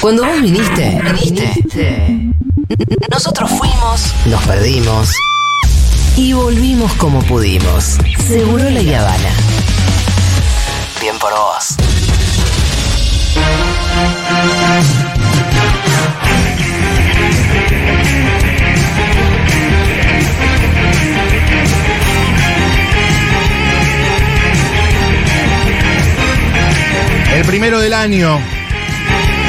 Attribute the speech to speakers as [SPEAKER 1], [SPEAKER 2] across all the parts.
[SPEAKER 1] Cuando vos viniste, viniste. Nosotros fuimos, nos perdimos y volvimos como pudimos. Seguro la Habana. Bien por vos.
[SPEAKER 2] El primero del año.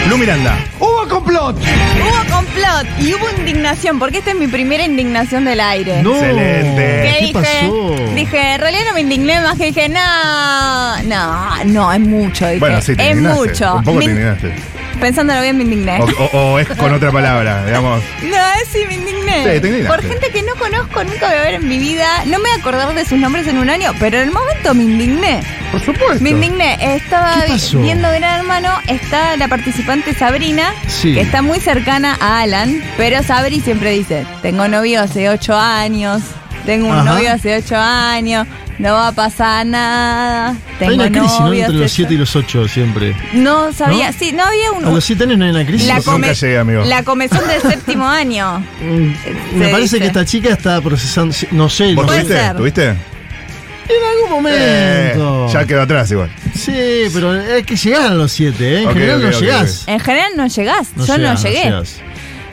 [SPEAKER 2] Lu Miranda.
[SPEAKER 3] ¡Hubo complot!
[SPEAKER 4] Hubo complot y hubo indignación, porque esta es mi primera indignación del aire.
[SPEAKER 2] Excelente.
[SPEAKER 4] ¿Qué,
[SPEAKER 2] ¿Qué
[SPEAKER 4] dije? Dije, en realidad no me indigné más que dije, no, no, no, es mucho. Dije,
[SPEAKER 2] Bueno, sí, te
[SPEAKER 4] es
[SPEAKER 2] indignaste.
[SPEAKER 4] mucho.
[SPEAKER 2] Un poco
[SPEAKER 4] Me
[SPEAKER 2] te
[SPEAKER 4] in-
[SPEAKER 2] indignaste.
[SPEAKER 4] Pensándolo bien, me indigné.
[SPEAKER 2] O, o- o es con otra palabra, digamos.
[SPEAKER 4] No, sí, me indigné.
[SPEAKER 2] Sí, te indignaste.
[SPEAKER 4] Por gente que no conozco, nunca voy a ver en mi vida. No me voy a acordar de sus nombres en un año, pero en el momento me indigné.
[SPEAKER 2] Por supuesto.
[SPEAKER 4] Me indigné. Estaba
[SPEAKER 3] ¿Qué pasó?
[SPEAKER 4] viendo Gran Hermano, está la participante Sabrina,
[SPEAKER 3] Sí.
[SPEAKER 4] que está muy cercana a Alan, pero Sabri siempre dice, tengo novio hace ocho años, tengo un
[SPEAKER 3] Ajá.
[SPEAKER 4] novio hace ocho años, no va a pasar nada,
[SPEAKER 3] Hay
[SPEAKER 4] tengo
[SPEAKER 3] una crisis, ¿no?
[SPEAKER 4] novio
[SPEAKER 3] Entre los
[SPEAKER 4] hace
[SPEAKER 3] 7 y
[SPEAKER 4] ocho-".
[SPEAKER 3] los 8 siempre.
[SPEAKER 4] No sabía,
[SPEAKER 3] ¿No?
[SPEAKER 4] sí, no había un...
[SPEAKER 3] A los 7 años no hay una crisis.
[SPEAKER 4] la,
[SPEAKER 2] Nunca
[SPEAKER 4] come-
[SPEAKER 2] llegué, amigo.
[SPEAKER 4] la comezón del séptimo año.
[SPEAKER 3] Mm, Me
[SPEAKER 4] Se
[SPEAKER 3] parece
[SPEAKER 4] dice.
[SPEAKER 3] que esta chica está procesando. No sé,
[SPEAKER 2] ¿Vos
[SPEAKER 3] no sé.
[SPEAKER 4] Puede
[SPEAKER 2] tuviste?
[SPEAKER 4] ser.
[SPEAKER 2] ¿Tuviste?
[SPEAKER 3] En algún
[SPEAKER 2] Eh,
[SPEAKER 3] momento.
[SPEAKER 2] ya quedó atrás igual.
[SPEAKER 3] Sí, pero es que llegar a los 7, ¿eh? En
[SPEAKER 2] Ok,
[SPEAKER 3] general
[SPEAKER 2] ok,
[SPEAKER 3] no
[SPEAKER 2] ok,
[SPEAKER 3] llegás.
[SPEAKER 4] En general no llegás, yo
[SPEAKER 3] llegás,
[SPEAKER 4] no llegué.
[SPEAKER 3] llegás.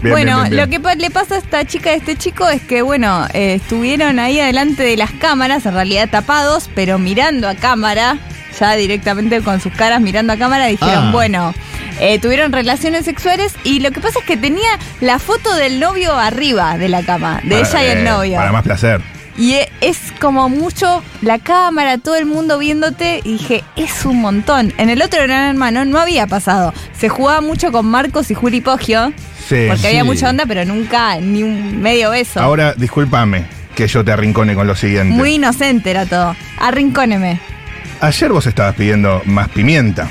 [SPEAKER 2] Bien,
[SPEAKER 4] bueno,
[SPEAKER 2] bien, bien, bien.
[SPEAKER 4] lo que pa- le pasa a esta chica, a este chico, es que, bueno, eh, estuvieron ahí adelante de las cámaras, en realidad tapados, pero mirando a cámara, ya directamente con sus caras mirando a cámara, dijeron,
[SPEAKER 3] Ah.
[SPEAKER 4] bueno, eh, tuvieron relaciones sexuales y lo que pasa es que tenía la foto del novio arriba de la cama, de
[SPEAKER 2] Para-
[SPEAKER 4] ella y
[SPEAKER 2] eh,
[SPEAKER 4] el novio.
[SPEAKER 2] Para más placer.
[SPEAKER 4] Y e- es como mucho la cámara, todo el mundo viéndote. Y dije, es un montón. En el otro gran hermano no había pasado. Se jugaba mucho con Marcos y Juli Poggio.
[SPEAKER 2] Sí.
[SPEAKER 4] Porque había
[SPEAKER 3] Eh, sí. Ah,
[SPEAKER 4] mucha onda, pero nunca ni un medio beso.
[SPEAKER 2] Ahora, discúlpame que yo te arrincone con lo siguiente.
[SPEAKER 4] Muy inocente era todo. Arrincóneme.
[SPEAKER 2] Ayer vos estabas pidiendo más pimienta.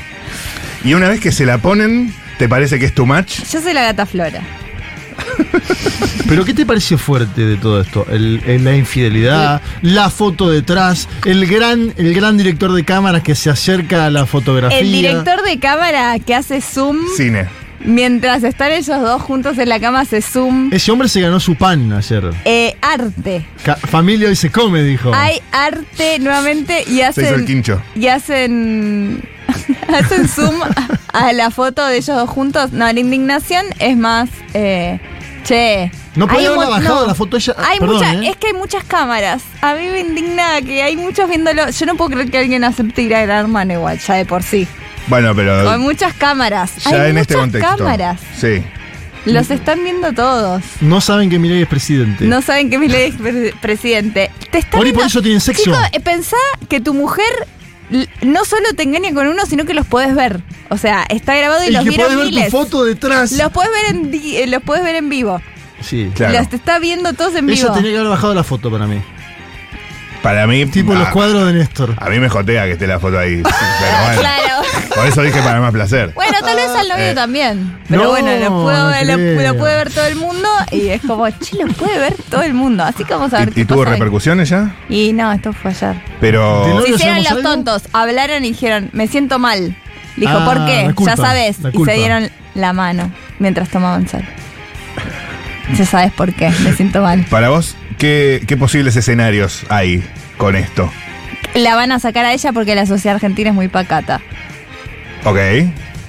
[SPEAKER 2] Y una vez que se la ponen, ¿te parece que es too much?
[SPEAKER 4] Yo soy la gata flora.
[SPEAKER 3] Pero ¿qué te pareció fuerte de todo esto? El- el- la infidelidad, la foto detrás, el gran, el gran director de cámaras que se acerca a la fotografía.
[SPEAKER 4] El director de cámara que hace zoom,
[SPEAKER 2] Cine.
[SPEAKER 4] mientras están ellos dos juntos en la cama, hace zoom.
[SPEAKER 3] Ese hombre se ganó su pan ayer.
[SPEAKER 4] Eh, arte.
[SPEAKER 3] Ca- familia hoy se come, dijo.
[SPEAKER 4] Hay arte nuevamente y
[SPEAKER 2] Se hizo el
[SPEAKER 4] hacen.
[SPEAKER 2] quincho.
[SPEAKER 4] Y hacen. hacen zoom a la foto de ellos dos juntos. No, la indignación es más. eh, che.
[SPEAKER 3] No
[SPEAKER 4] hay
[SPEAKER 3] podía
[SPEAKER 4] un
[SPEAKER 3] haberla
[SPEAKER 4] mon-
[SPEAKER 3] bajado la foto ella-
[SPEAKER 4] Hay
[SPEAKER 3] perdón,
[SPEAKER 4] mucha-
[SPEAKER 3] ¿eh?
[SPEAKER 4] Es que hay muchas cámaras. A mí me indigna que hay muchos viéndolo. Yo no puedo creer que alguien acepte ir a Gran Hermano igual, ya de por sí.
[SPEAKER 2] Bueno, pero.
[SPEAKER 4] Hay muchas cámaras.
[SPEAKER 2] ya
[SPEAKER 4] hay
[SPEAKER 2] en
[SPEAKER 4] muchas
[SPEAKER 2] este contexto. Mm.
[SPEAKER 4] cámaras.
[SPEAKER 2] Sí.
[SPEAKER 4] Los están viendo todos.
[SPEAKER 3] No saben que Milei es presidente.
[SPEAKER 4] No saben que mi ley es pre- presidente. Te está
[SPEAKER 3] Por- y por
[SPEAKER 4] viendo-
[SPEAKER 3] eso tienen sexo.
[SPEAKER 4] Chicos, eh, pensá que tu mujer l- no solo te engaña con uno, sino que los podés ver. O sea, está grabado y,
[SPEAKER 3] y
[SPEAKER 4] los
[SPEAKER 3] que
[SPEAKER 4] vieron
[SPEAKER 3] podés ver
[SPEAKER 4] miles.
[SPEAKER 3] tu foto detrás.
[SPEAKER 4] Los podés ver en di- eh, los podés ver en vivo.
[SPEAKER 3] Sí.
[SPEAKER 2] Claro.
[SPEAKER 4] Los te está viendo todos en vivo.
[SPEAKER 3] Ella tenía que haber bajado la foto para mí.
[SPEAKER 2] Para mí.
[SPEAKER 3] Tipo los
[SPEAKER 2] a-
[SPEAKER 3] cuadros de Néstor.
[SPEAKER 2] A mí me jotea que esté la foto ahí. Sí, pero bueno.
[SPEAKER 4] Claro.
[SPEAKER 2] Por eso dije para más placer.
[SPEAKER 4] Bueno, tal vez al novio
[SPEAKER 2] Eh.
[SPEAKER 4] también. Pero
[SPEAKER 3] No,
[SPEAKER 4] bueno, lo, puedo-
[SPEAKER 3] no
[SPEAKER 4] lo-
[SPEAKER 3] creo.
[SPEAKER 4] lo puede ver todo el mundo y es como, che, lo puede ver todo el mundo. Así que vamos a ver.
[SPEAKER 2] ¿Y,
[SPEAKER 4] qué
[SPEAKER 2] y tuvo
[SPEAKER 4] pasa hoy.
[SPEAKER 2] repercusiones ya?
[SPEAKER 4] Y no, esto fue ayer.
[SPEAKER 3] ¿De
[SPEAKER 2] Pero.
[SPEAKER 3] novio
[SPEAKER 4] Se hicieron
[SPEAKER 3] sabemos
[SPEAKER 4] los
[SPEAKER 3] algo?
[SPEAKER 4] tontos, hablaron y dijeron, me siento mal. Le Dijo,
[SPEAKER 3] Ah,
[SPEAKER 4] ¿por qué?
[SPEAKER 3] la culpa,
[SPEAKER 4] ya sabes.
[SPEAKER 3] la
[SPEAKER 4] Y
[SPEAKER 3] culpa.
[SPEAKER 4] se dieron la mano mientras tomaban sol. Ya sabes por qué, me siento mal.
[SPEAKER 2] Para vos, ¿qué, qué posibles escenarios hay con esto?
[SPEAKER 4] La van a sacar a ella porque la sociedad argentina es muy pacata.
[SPEAKER 2] Ok.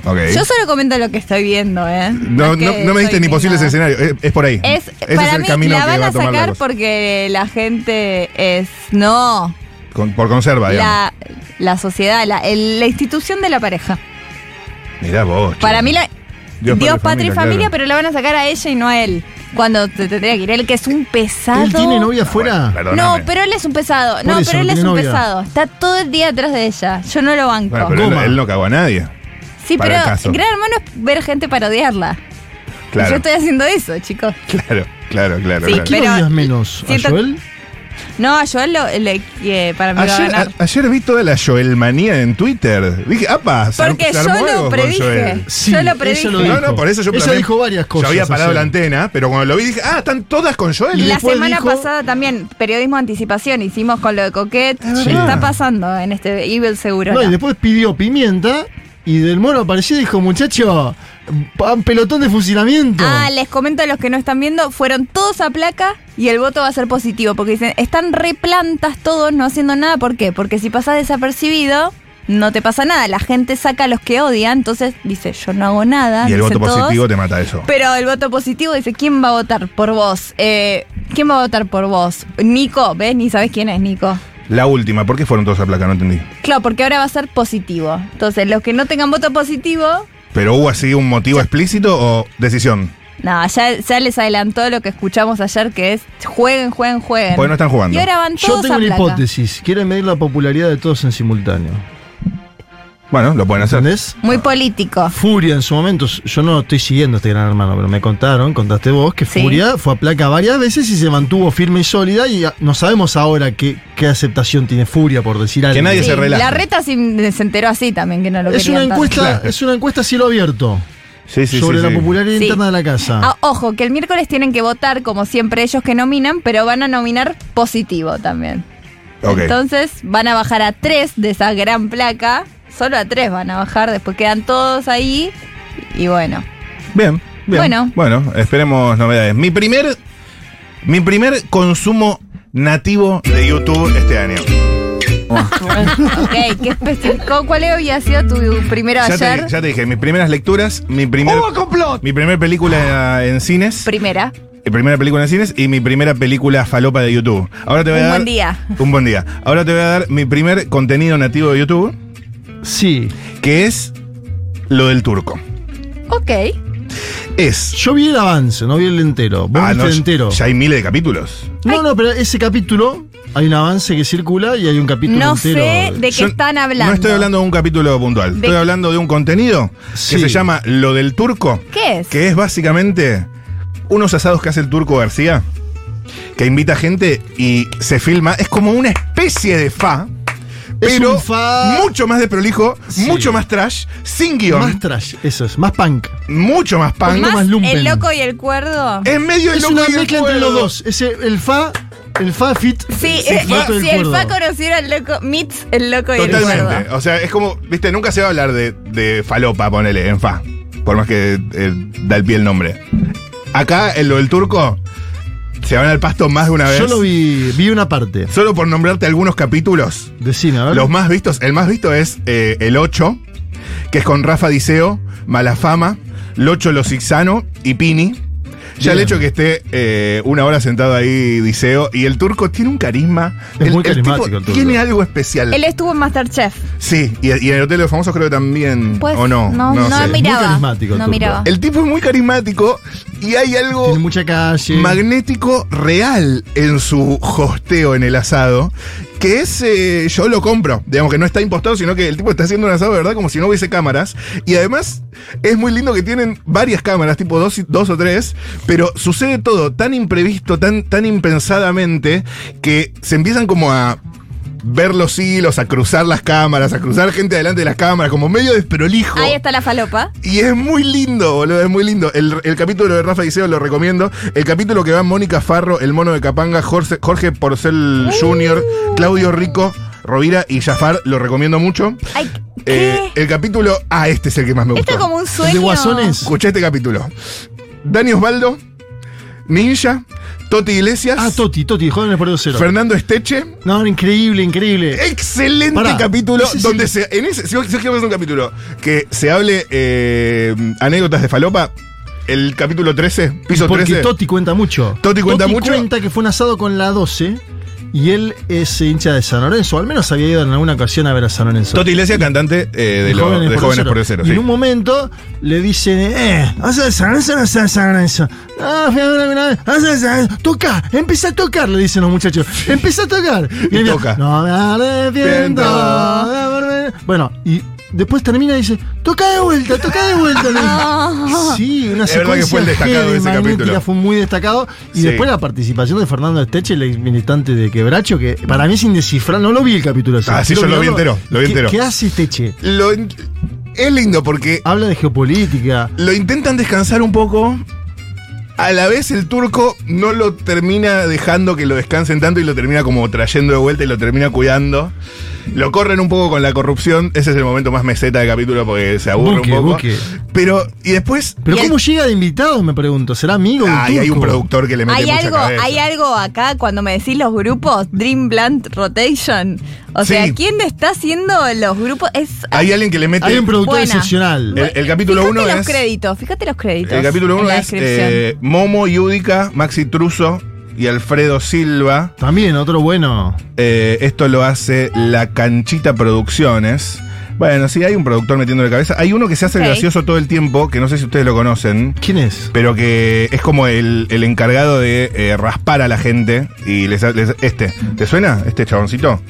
[SPEAKER 2] Ok.
[SPEAKER 4] Yo solo comento lo que estoy viendo, ¿eh?
[SPEAKER 2] No, no,
[SPEAKER 4] es que
[SPEAKER 2] no me diste
[SPEAKER 4] soy
[SPEAKER 2] ni posibles
[SPEAKER 4] nada.
[SPEAKER 2] escenarios. Es, es por ahí.
[SPEAKER 4] Es,
[SPEAKER 2] Ese
[SPEAKER 4] para
[SPEAKER 2] es el
[SPEAKER 4] mí
[SPEAKER 2] camino
[SPEAKER 4] la
[SPEAKER 2] que
[SPEAKER 4] van
[SPEAKER 2] va
[SPEAKER 4] a,
[SPEAKER 2] a tomar la
[SPEAKER 4] sacar
[SPEAKER 2] cosa.
[SPEAKER 4] porque la gente es. No.
[SPEAKER 2] Con- por conserva, digamos.
[SPEAKER 4] La, la sociedad, la, el- la institución de la pareja.
[SPEAKER 2] Mirá vos. che.
[SPEAKER 4] Para mí, la, Dios, patria y familia,
[SPEAKER 2] claro.
[SPEAKER 4] pero la van a sacar a ella y no a él. Cuando te tendría que ir él, que es un pesado.
[SPEAKER 3] ¿Él tiene novia afuera?
[SPEAKER 2] Bueno, perdóname.
[SPEAKER 4] No, pero él es un pesado. No,
[SPEAKER 3] eso,
[SPEAKER 4] pero él
[SPEAKER 3] no
[SPEAKER 4] es
[SPEAKER 3] tiene
[SPEAKER 4] un
[SPEAKER 3] novia.
[SPEAKER 4] pesado. Está todo el día atrás de ella. Yo no lo banco.
[SPEAKER 2] Bueno, pero él,
[SPEAKER 3] Coma.
[SPEAKER 2] él no cagó a nadie.
[SPEAKER 4] sí,
[SPEAKER 2] para
[SPEAKER 4] pero
[SPEAKER 2] el caso.
[SPEAKER 4] gran hermano es ver gente para odiarla. Y Yo
[SPEAKER 2] Claro.
[SPEAKER 4] estoy haciendo eso, chicos.
[SPEAKER 2] Claro, claro, claro.
[SPEAKER 4] Sí,
[SPEAKER 2] claro.
[SPEAKER 3] ¿Qué
[SPEAKER 4] Pero-
[SPEAKER 3] odias menos? ¿A
[SPEAKER 4] siento-
[SPEAKER 3] Joel?
[SPEAKER 4] No, yo él lo, le- que para mí va a
[SPEAKER 2] Ayer,
[SPEAKER 4] ganar.
[SPEAKER 2] a- ayer vi toda la Joelmanía en Twitter. Dije, apa, se ar-
[SPEAKER 4] Porque
[SPEAKER 2] se
[SPEAKER 4] yo
[SPEAKER 2] armó
[SPEAKER 4] lo
[SPEAKER 2] algo con
[SPEAKER 4] predije.
[SPEAKER 2] Joel.
[SPEAKER 3] Sí,
[SPEAKER 4] yo lo
[SPEAKER 3] ella
[SPEAKER 4] predije.
[SPEAKER 3] lo
[SPEAKER 2] No,
[SPEAKER 3] dijo.
[SPEAKER 2] no, por eso yo
[SPEAKER 3] Ella
[SPEAKER 2] también-
[SPEAKER 3] dijo varias
[SPEAKER 2] Yo
[SPEAKER 3] cosas
[SPEAKER 2] había parado
[SPEAKER 3] ayer.
[SPEAKER 2] la antena, pero cuando lo vi dije, ah, están todas con Joel.
[SPEAKER 3] Y
[SPEAKER 4] la
[SPEAKER 3] después
[SPEAKER 4] semana
[SPEAKER 3] dijo-
[SPEAKER 4] pasada también, periodismo de anticipación, hicimos con lo de Coquet.
[SPEAKER 2] Es
[SPEAKER 4] Está
[SPEAKER 2] verdad.
[SPEAKER 4] pasando en este Evil Seguro.
[SPEAKER 3] No, y después pidió pimienta Y Del Moro apareció y dijo, muchacho, pa- un pelotón de fusilamiento.
[SPEAKER 4] Ah, les comento a los que no están viendo, fueron todos a placa y el voto va a ser positivo, porque dicen, están replantas todos, no haciendo nada, ¿por qué? Porque si pasás desapercibido, no te pasa nada, la gente saca a los que odia, entonces dice, yo no hago nada.
[SPEAKER 2] Y el voto
[SPEAKER 4] dicen todos.
[SPEAKER 2] positivo te mata eso.
[SPEAKER 4] Pero el voto positivo dice, ¿quién va a votar por vos? Eh, ¿Quién va a votar por vos? Nico, ¿ves? Ni sabes quién es Nico.
[SPEAKER 2] La última, ¿por qué fueron todos a placa? No entendí.
[SPEAKER 4] Claro, porque ahora va a ser positivo. Entonces, los que no tengan voto positivo,
[SPEAKER 2] ¿Pero hubo así un motivo explícito o decisión?
[SPEAKER 4] no, ya, ya les adelantó lo que escuchamos ayer, que es jueguen, jueguen, jueguen.
[SPEAKER 2] Porque no están jugando.
[SPEAKER 4] Y ahora van todos
[SPEAKER 3] Yo tengo
[SPEAKER 4] a
[SPEAKER 3] una
[SPEAKER 4] placa.
[SPEAKER 3] hipótesis. Quieren medir la popularidad de todos en simultáneo.
[SPEAKER 2] Bueno, lo pueden hacer.
[SPEAKER 3] ¿Entendés?
[SPEAKER 4] Muy político.
[SPEAKER 3] Furia en su momento, yo no estoy siguiendo este gran hermano, pero me contaron, contaste vos, que
[SPEAKER 4] Sí.
[SPEAKER 3] Furia fue a placa varias veces y se mantuvo firme y sólida y ah, no sabemos ahora qué, qué aceptación tiene Furia, por decir algo.
[SPEAKER 2] Que nadie se relaja.
[SPEAKER 4] la reta sí se enteró así también, que no lo
[SPEAKER 3] es
[SPEAKER 4] querían
[SPEAKER 3] una
[SPEAKER 4] tanto.
[SPEAKER 3] encuesta,
[SPEAKER 2] Claro.
[SPEAKER 3] es una encuesta a cielo abierto
[SPEAKER 2] Sí, sí,
[SPEAKER 3] sobre
[SPEAKER 2] sí,
[SPEAKER 3] la
[SPEAKER 2] sí.
[SPEAKER 3] popularidad
[SPEAKER 4] Sí.
[SPEAKER 3] interna de la casa.
[SPEAKER 4] Ah, ojo, que el miércoles tienen que votar, como siempre ellos que nominan, pero van a nominar positivo también.
[SPEAKER 2] Ok.
[SPEAKER 4] Entonces van a bajar a tres de esa gran placa. Solo a tres van a bajar, después quedan todos ahí. Y bueno.
[SPEAKER 2] Bien, bien.
[SPEAKER 4] Bueno.
[SPEAKER 2] Bueno, esperemos novedades. Mi primer, mi primer consumo nativo de YouTube este año.
[SPEAKER 4] ok, ¿qué especificó? ¿Cuál había sido tu primero
[SPEAKER 2] Ya
[SPEAKER 4] ayer?
[SPEAKER 2] te, ya te dije, mis primeras lecturas, mi primer, mi primera película en cines,
[SPEAKER 4] Primera.
[SPEAKER 2] mi primera película en cines y mi primera película falopa de YouTube. Ahora te voy a
[SPEAKER 4] Un
[SPEAKER 2] dar
[SPEAKER 4] buen día.
[SPEAKER 2] un buen día. Ahora te voy a dar mi primer contenido nativo de YouTube,
[SPEAKER 3] Sí,
[SPEAKER 2] que es lo del turco.
[SPEAKER 4] Ok.
[SPEAKER 2] Es
[SPEAKER 3] yo vi el avance, no vi el entero. Vos
[SPEAKER 2] Ah,
[SPEAKER 3] viste
[SPEAKER 2] no,
[SPEAKER 3] el entero.
[SPEAKER 2] Ya hay miles de capítulos.
[SPEAKER 3] No, no, pero ese capítulo, hay un avance que circula y hay un capítulo
[SPEAKER 4] No
[SPEAKER 3] entero.
[SPEAKER 4] sé de qué
[SPEAKER 2] Yo
[SPEAKER 4] están hablando.
[SPEAKER 2] No estoy hablando de un capítulo puntual.
[SPEAKER 4] ¿De
[SPEAKER 2] Estoy
[SPEAKER 4] qué?
[SPEAKER 2] hablando de un contenido
[SPEAKER 3] Sí.
[SPEAKER 2] que se llama Lo del Turco,
[SPEAKER 4] ¿Qué es?
[SPEAKER 2] que es básicamente unos asados que hace el Turco García, que invita gente y se filma. Es como una especie de fa.
[SPEAKER 3] Es
[SPEAKER 2] Pero
[SPEAKER 3] un fa-
[SPEAKER 2] mucho más de prolijo,
[SPEAKER 3] Sí.
[SPEAKER 2] mucho más trash, sin guión,
[SPEAKER 3] Más trash, eso es, más punk.
[SPEAKER 2] mucho más punk.
[SPEAKER 3] Más
[SPEAKER 4] Más,
[SPEAKER 3] lumpen.
[SPEAKER 4] el loco y el cuerdo.
[SPEAKER 2] Es medio el
[SPEAKER 3] Es
[SPEAKER 2] loco
[SPEAKER 3] una
[SPEAKER 2] y el
[SPEAKER 3] mezcla entre
[SPEAKER 2] cuerdo.
[SPEAKER 3] los dos. Es el, el fa, el fa fit.
[SPEAKER 4] Sí,
[SPEAKER 3] el
[SPEAKER 4] eh,
[SPEAKER 3] loco del
[SPEAKER 4] si el
[SPEAKER 3] cuerdo.
[SPEAKER 4] fa conociera al loco, meets el loco y el
[SPEAKER 2] Totalmente.
[SPEAKER 4] cuerdo.
[SPEAKER 2] O sea, es como, viste, nunca se va a hablar de, de falopa, ponele, en fa. Por más que eh, da el pie el nombre. Acá, en lo del turco, se van al pasto más de una vez.
[SPEAKER 3] Yo lo vi, vi una parte.
[SPEAKER 2] Solo por nombrarte algunos capítulos.
[SPEAKER 3] Decime, a ver.
[SPEAKER 2] Los más vistos, el más visto es eh, el 8, que es con Rafa Diceo, Malafama, Locho Lozixano y Pini. Ya el
[SPEAKER 3] Bien.
[SPEAKER 2] hecho que esté eh, una hora sentado ahí Diceo y el turco tiene un carisma.
[SPEAKER 3] Es muy carismático el turco.
[SPEAKER 2] Tiene algo especial.
[SPEAKER 4] Él estuvo en Masterchef.
[SPEAKER 2] Sí, y, y en el Hotel de los Famosos creo que también.
[SPEAKER 4] Pues,
[SPEAKER 2] ¿O no?
[SPEAKER 4] No, no
[SPEAKER 2] sé.
[SPEAKER 3] Muy
[SPEAKER 4] miraba.
[SPEAKER 3] carismático el
[SPEAKER 4] no
[SPEAKER 3] turco.
[SPEAKER 4] miraba.
[SPEAKER 2] El tipo es muy carismático y hay algo
[SPEAKER 3] Tiene mucha calle.
[SPEAKER 2] magnético real en su hosteo en el asado, que es eh, yo lo compro. Digamos que no está impostado, sino que el tipo está haciendo un asado, de ¿verdad? Como si no hubiese cámaras. Y además es muy lindo que tienen varias cámaras, tipo dos, y- dos o tres, pero sucede todo tan imprevisto, tan, tan impensadamente, que se empiezan como a ver los hilos, a cruzar las cámaras, a cruzar gente delante de las cámaras, como medio desprolijo.
[SPEAKER 4] Ahí está la falopa.
[SPEAKER 2] Y es muy lindo, boludo, es muy lindo. El, el capítulo de Rafa Diceo lo recomiendo. El capítulo que va Mónica Farro, el mono de Capanga, Jorge, Jorge Porcel Jr., Claudio Rico, Rovira y Jafar, lo recomiendo mucho.
[SPEAKER 4] Ay,
[SPEAKER 2] Eh,
[SPEAKER 4] ¿qué?
[SPEAKER 2] el capítulo. Ah, este es el que más me
[SPEAKER 4] Esto
[SPEAKER 2] gustó.
[SPEAKER 4] es como un
[SPEAKER 3] ¿El
[SPEAKER 4] sueño.
[SPEAKER 3] de Guasones?
[SPEAKER 2] Escuché este capítulo. Dani Osvaldo, Ninja, Toti Iglesias,
[SPEAKER 3] Ah, Toti, Toti, jóvenes por 2-0.
[SPEAKER 2] Fernando Esteche,
[SPEAKER 3] No, era increíble, increíble.
[SPEAKER 2] Excelente
[SPEAKER 3] Pará,
[SPEAKER 2] capítulo
[SPEAKER 3] ese es
[SPEAKER 2] donde
[SPEAKER 3] el-
[SPEAKER 2] se. En ese, si yo, si yo quiero hacer un capítulo que se hable eh, anécdotas de falopa, el capítulo 13, piso
[SPEAKER 3] Porque
[SPEAKER 2] 13.
[SPEAKER 3] Toti cuenta mucho.
[SPEAKER 2] Totti cuenta mucho.
[SPEAKER 3] cuenta que fue un asado con la 12 y él es hincha de San Lorenzo, o al menos había ido en alguna ocasión a ver a San Lorenzo.
[SPEAKER 2] Toti Iglesias, cantante eh, de, los jóvenes, por el cero.
[SPEAKER 3] Y
[SPEAKER 2] sí.
[SPEAKER 3] en un momento le dicen, eh, vas a San Lorenzo, no vas a San Lorenzo. Ah, fui a ver alguna vez, vas a San Lorenzo. Toca, empieza a tocar, le dicen los muchachos. Empieza a tocar.
[SPEAKER 2] Y
[SPEAKER 3] él dice,
[SPEAKER 2] toca.
[SPEAKER 3] No me arrepiento. de haberme-". Bueno, y después termina y dice, toca de vuelta, toca de vuelta. le dice. Sí, una
[SPEAKER 2] Es verdad que
[SPEAKER 3] secuencia
[SPEAKER 2] fue el destacado
[SPEAKER 3] heavy,
[SPEAKER 2] de ese
[SPEAKER 3] magnética,
[SPEAKER 2] capítulo.
[SPEAKER 3] fue muy destacado. Y
[SPEAKER 2] Sí.
[SPEAKER 3] después la participación de Fernando Esteche, el ex militante de Quebracho, que para mí es indescifrable. No lo vi el capítulo así.
[SPEAKER 2] Ah, sí,
[SPEAKER 3] Quiero
[SPEAKER 2] yo lo vi
[SPEAKER 3] mirarlo.
[SPEAKER 2] entero, lo vi
[SPEAKER 3] ¿Qué-
[SPEAKER 2] entero.
[SPEAKER 3] ¿Qué hace Esteche?
[SPEAKER 2] Lo en- es lindo porque
[SPEAKER 3] Habla de geopolítica.
[SPEAKER 2] lo intentan descansar un poco. A la vez el turco no lo termina dejando que lo descansen tanto y lo termina como trayendo de vuelta y lo termina cuidando. Lo corren un poco con la corrupción. Ese es el momento más meseta del capítulo porque se aburre
[SPEAKER 3] Buque,
[SPEAKER 2] un poco.
[SPEAKER 3] buque.
[SPEAKER 2] Pero, y después.
[SPEAKER 3] Pero
[SPEAKER 2] y
[SPEAKER 3] ¿cómo
[SPEAKER 2] hay-
[SPEAKER 3] llega de invitado? Me pregunto. ¿Será amigo? del
[SPEAKER 2] Ah, y hay un
[SPEAKER 3] turco?
[SPEAKER 2] productor que le mete
[SPEAKER 4] Hay
[SPEAKER 2] mucha
[SPEAKER 4] algo,
[SPEAKER 2] cabeza.
[SPEAKER 4] hay algo acá cuando me decís los grupos, Dream Blunt Rotation. O
[SPEAKER 2] Sí.
[SPEAKER 4] sea, ¿quién está haciendo los grupos? Es
[SPEAKER 2] Hay alguien que le mete.
[SPEAKER 3] Hay un productor
[SPEAKER 4] Buena.
[SPEAKER 3] excepcional.
[SPEAKER 2] el, el capítulo
[SPEAKER 4] fíjate
[SPEAKER 2] 1
[SPEAKER 4] los
[SPEAKER 2] es.
[SPEAKER 4] créditos, fíjate los créditos.
[SPEAKER 2] El capítulo
[SPEAKER 4] en
[SPEAKER 2] 1
[SPEAKER 4] la
[SPEAKER 2] es
[SPEAKER 4] descripción.
[SPEAKER 2] eh, Momo, Yudica, Maxi Truso y Alfredo Silva.
[SPEAKER 3] También, otro bueno.
[SPEAKER 2] Eh, esto lo hace La Canchita Producciones. Bueno, sí, hay un productor metiéndole cabeza. Hay uno que se hace
[SPEAKER 4] Ok.
[SPEAKER 2] gracioso todo el tiempo, que no sé si ustedes lo conocen,
[SPEAKER 3] ¿Quién es?
[SPEAKER 2] pero que es como el, el encargado de eh, raspar a la gente. Y les, les- Este, ¿te suena? Este chaboncito.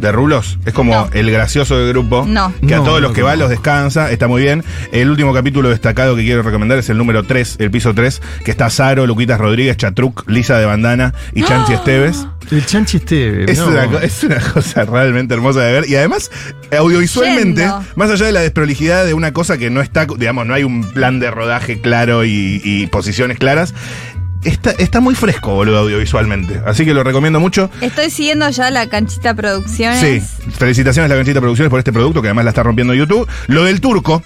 [SPEAKER 2] De rulos, es como
[SPEAKER 4] No.
[SPEAKER 2] el gracioso del grupo,
[SPEAKER 4] No.
[SPEAKER 2] que a
[SPEAKER 3] No,
[SPEAKER 2] todos
[SPEAKER 3] no
[SPEAKER 2] los que
[SPEAKER 3] lo
[SPEAKER 2] va
[SPEAKER 3] conozco.
[SPEAKER 2] los descansa, está muy bien. El último capítulo destacado que quiero recomendar es el número 3, el piso 3, que está Saro, Luquitas Rodríguez, Chatruc, Lisa de Bandana y Chanchi Esteves.
[SPEAKER 3] El Chanchi Esteve.
[SPEAKER 2] Es
[SPEAKER 3] mirá
[SPEAKER 2] una,
[SPEAKER 3] vos.
[SPEAKER 2] co- es una cosa realmente hermosa de ver. Y además, audiovisualmente,
[SPEAKER 4] Yendo.
[SPEAKER 2] más allá de la desprolijidad de una cosa que no está, digamos, no hay un plan de rodaje claro y, y posiciones claras, está, está muy fresco, boludo, audiovisualmente. Así que lo recomiendo mucho.
[SPEAKER 4] Estoy siguiendo ya la canchita producciones.
[SPEAKER 2] Sí, felicitaciones a la Canchita Producciones por este producto que además la está rompiendo YouTube. Lo del turco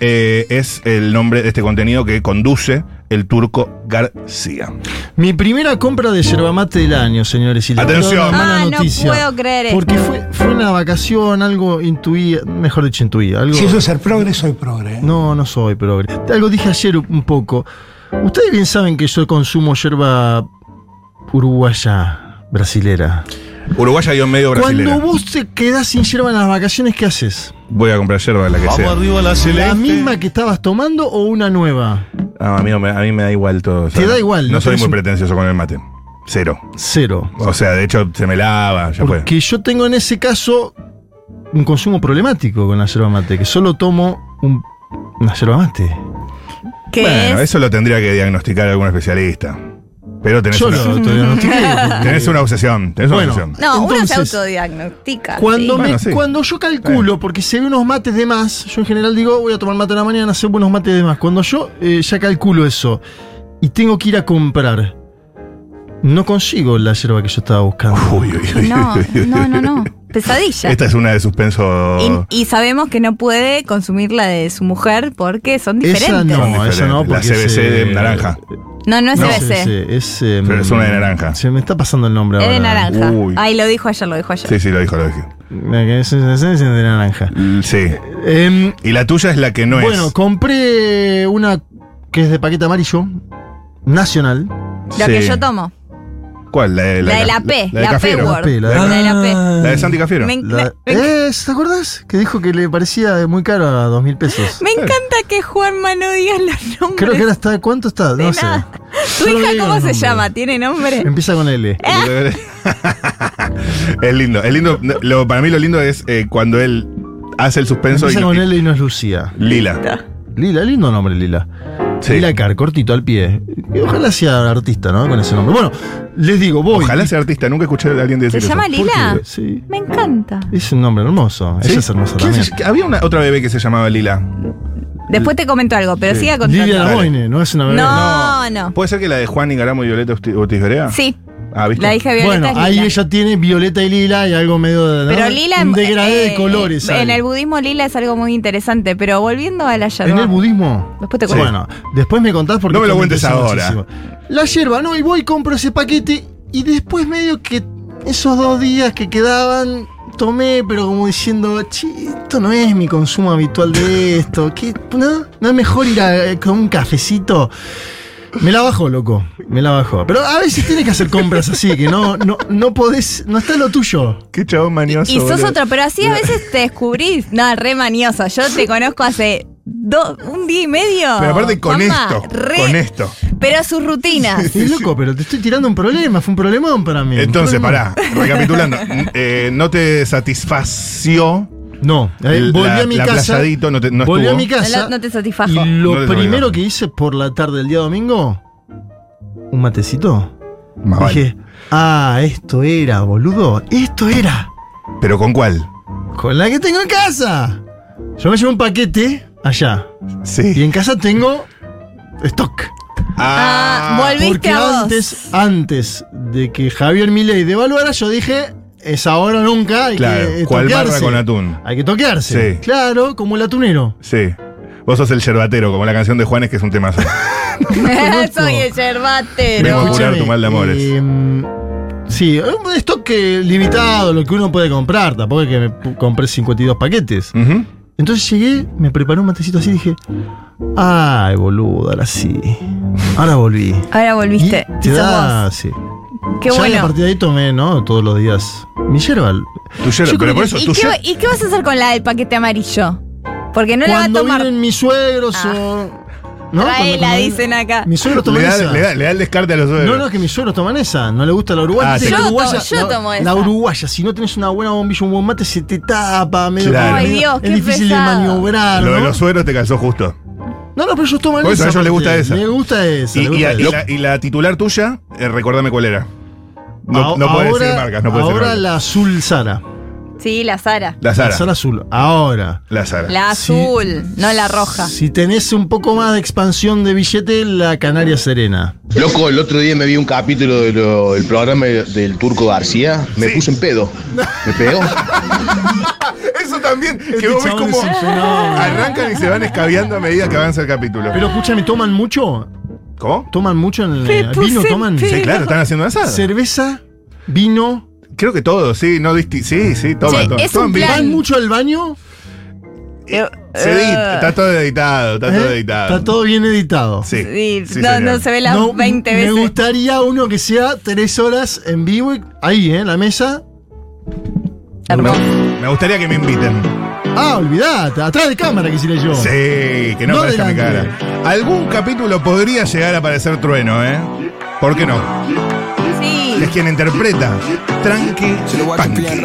[SPEAKER 2] eh, es el nombre de este contenido que conduce el turco García.
[SPEAKER 3] Mi primera compra de yerba mate del año, señores. Y les voy a dar
[SPEAKER 2] Oh. Atención.
[SPEAKER 3] una mala
[SPEAKER 4] Ah, no
[SPEAKER 3] noticia.
[SPEAKER 4] puedo creer esto.
[SPEAKER 3] Porque fue, fue una vacación, algo intuía, mejor dicho, intuía. Algo,
[SPEAKER 5] Si eso es ser progre, soy progre.
[SPEAKER 3] No, no soy progre. Algo dije ayer un poco. Ustedes bien saben que yo consumo yerba uruguaya, brasilera.
[SPEAKER 2] Uruguaya guión medio brasilera.
[SPEAKER 3] Cuando vos te quedás sin yerba en las vacaciones, ¿qué haces?
[SPEAKER 2] Voy a comprar yerba la que sea. este.
[SPEAKER 3] ¿La misma que estabas tomando o una nueva?
[SPEAKER 2] No, Ah, a mí, no me- a mí me da igual todo. o sea,
[SPEAKER 3] Te da igual,
[SPEAKER 2] No
[SPEAKER 3] no
[SPEAKER 2] soy
[SPEAKER 3] tenés
[SPEAKER 2] muy
[SPEAKER 3] un-
[SPEAKER 2] pretencioso con el mate. Cero.
[SPEAKER 3] Cero.
[SPEAKER 2] O sea, de hecho, se me lava, ya fue.
[SPEAKER 3] Porque yo tengo en ese caso un consumo problemático con la yerba mate, que solo tomo un- una yerba mate.
[SPEAKER 4] Que
[SPEAKER 2] Bueno,
[SPEAKER 4] es
[SPEAKER 2] eso lo tendría que diagnosticar algún especialista. Pero tenés,
[SPEAKER 3] Yo
[SPEAKER 2] una,
[SPEAKER 3] lo autodiagnostiqué. porque-
[SPEAKER 2] tenés una obsesión. Tenés
[SPEAKER 3] Bueno.
[SPEAKER 2] una obsesión.
[SPEAKER 4] No, uno se
[SPEAKER 3] Entonces,
[SPEAKER 4] autodiagnostica. sí.
[SPEAKER 3] Cuando, me-
[SPEAKER 2] Bueno, Ah, sí.
[SPEAKER 3] cuando yo calculo, porque si hay unos mates de más, yo en general digo, voy a tomar mate en la mañana, hacer buenos mates de más. Cuando yo eh, ya calculo eso y tengo que ir a comprar, no consigo la yerba que yo estaba buscando.
[SPEAKER 2] Uy, uy, uy,
[SPEAKER 4] No,
[SPEAKER 2] uy, uy.
[SPEAKER 4] no, no, no. Pesadilla.
[SPEAKER 2] Esta es una de suspenso.
[SPEAKER 4] Y, y sabemos que no puede consumir la de su mujer porque son diferentes.
[SPEAKER 3] Esa
[SPEAKER 2] Son
[SPEAKER 3] no, esa no,
[SPEAKER 2] diferentes. La
[SPEAKER 3] porque
[SPEAKER 2] CBC
[SPEAKER 3] es, eh,
[SPEAKER 2] de naranja.
[SPEAKER 4] no, no es
[SPEAKER 3] No,
[SPEAKER 4] CBC.
[SPEAKER 3] CBC, es, eh,
[SPEAKER 2] Pero es una de naranja.
[SPEAKER 3] Se me está pasando el nombre
[SPEAKER 4] Es
[SPEAKER 3] ahora.
[SPEAKER 4] de naranja.
[SPEAKER 2] Uy.
[SPEAKER 4] Ay, lo dijo ayer, lo dijo ayer.
[SPEAKER 2] Sí, sí, lo dijo, lo dije.
[SPEAKER 3] La que Es, es- es de naranja.
[SPEAKER 2] Sí.
[SPEAKER 3] Em,
[SPEAKER 2] Y la tuya es la que no
[SPEAKER 3] bueno,
[SPEAKER 2] es.
[SPEAKER 3] compré una que es de paquete amarillo, nacional.
[SPEAKER 4] Lo que
[SPEAKER 2] Sí.
[SPEAKER 4] yo tomo.
[SPEAKER 2] ¿Cuál? La de
[SPEAKER 4] La, de la P, la,
[SPEAKER 2] de
[SPEAKER 4] P
[SPEAKER 2] Cafiero.
[SPEAKER 4] Word.
[SPEAKER 3] La P,
[SPEAKER 4] La,
[SPEAKER 3] la de-
[SPEAKER 4] de la
[SPEAKER 2] La de Santi Cafiero.
[SPEAKER 4] P. Me, me-
[SPEAKER 3] La- Eh, ¿Te acordás? Que dijo que le parecía muy caro a dos mil pesos.
[SPEAKER 4] me encanta que Juanma no diga los nombres.
[SPEAKER 3] Creo que ahora está. ¿Cuánto está? No
[SPEAKER 4] De
[SPEAKER 3] sé.
[SPEAKER 4] nada. ¿Tu
[SPEAKER 3] Yo no
[SPEAKER 4] hija
[SPEAKER 3] digo
[SPEAKER 4] cómo
[SPEAKER 3] los
[SPEAKER 4] se
[SPEAKER 3] nombres.
[SPEAKER 4] llama? ¿Tiene nombre?
[SPEAKER 3] Empieza con L.
[SPEAKER 4] ¿Eh?
[SPEAKER 2] es lindo. Es lindo. Lo, para mí lo lindo es eh, cuando él hace el suspenso y,
[SPEAKER 3] Empieza con L y no es Lucía.
[SPEAKER 2] Lila.
[SPEAKER 3] Lila, lindo nombre, Lila.
[SPEAKER 2] Sí.
[SPEAKER 3] Lila Car, cortito al pie. Y Ojalá sea artista, ¿no? Con ese nombre. Bueno, les digo, voy.
[SPEAKER 2] Ojalá sea artista, nunca escuché a alguien decir
[SPEAKER 4] ¿Se
[SPEAKER 2] eso.
[SPEAKER 4] llama
[SPEAKER 2] ¿Por
[SPEAKER 4] Lila?
[SPEAKER 3] Sí.
[SPEAKER 4] Me encanta.
[SPEAKER 3] Es un nombre hermoso.
[SPEAKER 2] qué?
[SPEAKER 3] Ella es hermosa
[SPEAKER 2] ¿Quién
[SPEAKER 3] también.
[SPEAKER 2] se- había una, otra bebé que se llamaba Lila.
[SPEAKER 4] Después te comento algo, pero siga contando.
[SPEAKER 3] Lilia
[SPEAKER 2] Dale.
[SPEAKER 3] Laboine, no es una bebé.
[SPEAKER 4] No, no.
[SPEAKER 2] ¿Puede ser que la de Juan Nicaramo y Violeta Usti- Ortiz Berea?
[SPEAKER 4] Sí,
[SPEAKER 2] Ah, ¿viste?
[SPEAKER 4] la hija de Violeta
[SPEAKER 3] Bueno,
[SPEAKER 4] es
[SPEAKER 3] ahí
[SPEAKER 4] Lila.
[SPEAKER 3] ella tiene violeta y lila y algo medio de. ¿no?
[SPEAKER 4] Pero lila
[SPEAKER 3] Un
[SPEAKER 4] em-
[SPEAKER 3] degradé de
[SPEAKER 4] eh,
[SPEAKER 3] colores.
[SPEAKER 4] En
[SPEAKER 3] hay.
[SPEAKER 4] el budismo lila es algo muy interesante, pero volviendo a la yerba.
[SPEAKER 3] ¿En el budismo?
[SPEAKER 4] Después te
[SPEAKER 3] Sí.
[SPEAKER 4] cuento.
[SPEAKER 3] Bueno, después me contás porque.
[SPEAKER 2] No me lo
[SPEAKER 3] esto
[SPEAKER 2] cuentes
[SPEAKER 3] interesa
[SPEAKER 2] ahora.
[SPEAKER 3] muchísimo. La yerba, no, y voy, compro ese paquete y después medio que esos dos días que quedaban, tomé, pero como diciendo, "Che, esto no es mi consumo habitual de esto. ¿Qué? ¿No? ¿No es mejor ir a- eh, con un cafecito? Me la bajó, loco. Me la bajó. Pero a veces tienes que hacer compras así, que no, no, no podés. No está lo tuyo.
[SPEAKER 2] Qué chabón manioso.
[SPEAKER 4] Y sos
[SPEAKER 2] boludo.
[SPEAKER 4] otro, pero así a veces te descubrís. No, re manioso. Yo te conozco hace do- un día y medio.
[SPEAKER 2] Pero aparte con
[SPEAKER 4] Juanma,
[SPEAKER 2] esto.
[SPEAKER 4] re-
[SPEAKER 2] Con esto.
[SPEAKER 4] Pero sus rutinas.
[SPEAKER 3] Es loco, pero te estoy tirando un problema. Fue un problemón para mí. un
[SPEAKER 2] Entonces,
[SPEAKER 3] problemón.
[SPEAKER 2] pará, recapitulando. eh, no te satisfació
[SPEAKER 3] No, eh,
[SPEAKER 2] el-
[SPEAKER 3] volví
[SPEAKER 2] la-
[SPEAKER 3] a mi
[SPEAKER 2] la
[SPEAKER 3] casa.
[SPEAKER 2] aplazadito, no, te- no
[SPEAKER 3] volví
[SPEAKER 2] estuvo.
[SPEAKER 3] a mi casa.
[SPEAKER 4] No, no te
[SPEAKER 3] y
[SPEAKER 4] satisfajo.
[SPEAKER 3] lo
[SPEAKER 2] No te
[SPEAKER 3] primero
[SPEAKER 2] satisfajo.
[SPEAKER 3] que hice por la tarde del día domingo, un matecito.
[SPEAKER 2] Más vale.
[SPEAKER 3] Dije, ah, esto era, boludo. Esto era.
[SPEAKER 2] ¿Pero con cuál?
[SPEAKER 3] Con la que tengo en casa. Yo me llevo un paquete allá. Y
[SPEAKER 2] Sí.
[SPEAKER 3] en casa tengo stock.
[SPEAKER 4] Ah, volviste
[SPEAKER 3] Porque
[SPEAKER 4] a vos.
[SPEAKER 3] antes, antes de que Javier Milei devaluara, yo dije, es ahora o nunca. Hay
[SPEAKER 2] Claro,
[SPEAKER 3] que eh,
[SPEAKER 2] ¿cuál barra
[SPEAKER 3] toquearse.
[SPEAKER 2] con atún?
[SPEAKER 3] Hay que toquearse.
[SPEAKER 2] Sí.
[SPEAKER 3] Claro, como el atunero.
[SPEAKER 2] Sí. Vos sos el yerbatero, como la canción de Juanes, que es un temazo.
[SPEAKER 3] conozco.
[SPEAKER 4] Soy el yerbatero.
[SPEAKER 2] Vengo a curar
[SPEAKER 3] escúchame,
[SPEAKER 2] tu mal de amores.
[SPEAKER 3] em, sí, un estoque limitado, lo que uno puede comprar. Tampoco es que me pu- compré 52 paquetes.
[SPEAKER 2] Ujú.
[SPEAKER 3] Entonces llegué, me preparé un matecito así y dije: Ay, boludo, ahora sí. Ahora volví.
[SPEAKER 4] Ahora volviste.
[SPEAKER 3] Y te
[SPEAKER 4] Sos
[SPEAKER 3] da,
[SPEAKER 4] vos.
[SPEAKER 3] sí.
[SPEAKER 4] Qué
[SPEAKER 3] ya a
[SPEAKER 4] bueno.
[SPEAKER 3] partir de ahí tomé, ¿no? Todos los días. Mi yerba.
[SPEAKER 2] Tu yerba,
[SPEAKER 3] Yo creo
[SPEAKER 2] pero por
[SPEAKER 3] que-
[SPEAKER 2] eso,
[SPEAKER 4] ¿Y
[SPEAKER 2] tu
[SPEAKER 4] qué,
[SPEAKER 2] yerba-
[SPEAKER 4] y qué vas a hacer con la del paquete amarillo? Porque no la va a
[SPEAKER 3] cuando
[SPEAKER 4] tomar.
[SPEAKER 3] vienen mis suegros
[SPEAKER 4] Ah.
[SPEAKER 3] o. Cuando-
[SPEAKER 4] Traela,
[SPEAKER 3] cuando-
[SPEAKER 4] dicen acá.
[SPEAKER 3] Mis suegros
[SPEAKER 2] le
[SPEAKER 3] toman
[SPEAKER 2] da,
[SPEAKER 3] esa.
[SPEAKER 2] le da- le da el descarte a los
[SPEAKER 3] No, no,
[SPEAKER 2] suegros.
[SPEAKER 3] es que mis suegros toman esa. No le gusta la uruguaya.
[SPEAKER 2] Ah,
[SPEAKER 3] Dice
[SPEAKER 2] te-
[SPEAKER 3] que
[SPEAKER 4] Yo
[SPEAKER 3] la uruguaya
[SPEAKER 4] to- yo
[SPEAKER 3] la-
[SPEAKER 4] tomo
[SPEAKER 3] la,
[SPEAKER 4] esa.
[SPEAKER 3] uruguaya, si no tenés una buena bombilla, un buen mate, se te tapa. Medio,
[SPEAKER 2] Claro.
[SPEAKER 3] medio-
[SPEAKER 4] Ay, Dios, qué
[SPEAKER 3] es difícil
[SPEAKER 4] pesado.
[SPEAKER 3] de maniobrar.
[SPEAKER 2] Lo de
[SPEAKER 3] ¿no?
[SPEAKER 2] los suegros te calzó justo.
[SPEAKER 3] no, no, pero ellos toman
[SPEAKER 2] Por eso
[SPEAKER 3] esa.
[SPEAKER 2] a ellos les gusta
[SPEAKER 3] porque
[SPEAKER 2] esa.
[SPEAKER 3] Les gusta esa.
[SPEAKER 2] Y,
[SPEAKER 3] les
[SPEAKER 2] y-
[SPEAKER 3] gusta
[SPEAKER 2] y
[SPEAKER 3] esa.
[SPEAKER 2] la, y la titular tuya, eh, recuérdame cuál era. No,
[SPEAKER 3] Ah,
[SPEAKER 2] no puedes
[SPEAKER 3] ahora-
[SPEAKER 2] decir marcas, no puedes decir
[SPEAKER 3] Ahora
[SPEAKER 2] marcas.
[SPEAKER 3] la azul Sara.
[SPEAKER 4] Sí, la Sara.
[SPEAKER 2] La
[SPEAKER 3] La
[SPEAKER 2] Sara.
[SPEAKER 3] Sara azul. Ahora.
[SPEAKER 2] La Sara.
[SPEAKER 4] La
[SPEAKER 3] Sí.
[SPEAKER 4] azul, no Ah, la roja.
[SPEAKER 3] Si tenés un poco más de expansión de billete, la Canaria Serena.
[SPEAKER 5] Loco, el otro día me vi un capítulo de lo- del programa del Turco García. Me
[SPEAKER 2] Sí.
[SPEAKER 5] puse en pedo. Me pegó.
[SPEAKER 2] Eso también, que
[SPEAKER 3] Este
[SPEAKER 2] vos ves
[SPEAKER 3] chabón
[SPEAKER 2] como
[SPEAKER 3] es un fenómeno.
[SPEAKER 2] arrancan y se van escabeando a medida que avanza el capítulo.
[SPEAKER 3] Pero escúchame, ¿toman mucho?
[SPEAKER 2] ¿Cómo?
[SPEAKER 3] ¿Toman mucho en
[SPEAKER 4] Me
[SPEAKER 3] el
[SPEAKER 4] puse
[SPEAKER 3] vino?
[SPEAKER 4] en
[SPEAKER 3] ¿Toman
[SPEAKER 4] pedo.
[SPEAKER 2] Sí, claro, están haciendo asado.
[SPEAKER 3] cerveza? ¿Vino?
[SPEAKER 2] Creo que todo, sí, no disti- Sí, sí, toma,
[SPEAKER 4] Che,
[SPEAKER 2] toma.
[SPEAKER 4] es un
[SPEAKER 2] Toman bien.
[SPEAKER 4] plan.
[SPEAKER 3] ¿Van mucho al baño?
[SPEAKER 4] Eh,
[SPEAKER 2] Se edita, está todo editado, está todo
[SPEAKER 3] ¿Eh?
[SPEAKER 2] editado.
[SPEAKER 3] Está todo bien editado.
[SPEAKER 2] Sí,
[SPEAKER 4] Sí,
[SPEAKER 2] sí,
[SPEAKER 4] no,
[SPEAKER 2] señor.
[SPEAKER 4] no se ve las
[SPEAKER 3] No,
[SPEAKER 4] 20
[SPEAKER 3] me
[SPEAKER 4] veces.
[SPEAKER 3] gustaría uno que sea tres horas en vivo, y- ahí, ¿eh? En la mesa.
[SPEAKER 4] Hermoso.
[SPEAKER 2] Me gustaría que me inviten.
[SPEAKER 3] Ah, olvidate, atrás de cámara quisiera yo.
[SPEAKER 2] Sí, que no,
[SPEAKER 3] No
[SPEAKER 2] aparezca mi cara.
[SPEAKER 3] delante.
[SPEAKER 2] Algún capítulo podría llegar a aparecer trueno, ¿eh? ¿Por qué no?
[SPEAKER 4] Sí.
[SPEAKER 2] Es quien interpreta. Tranqui. Punky.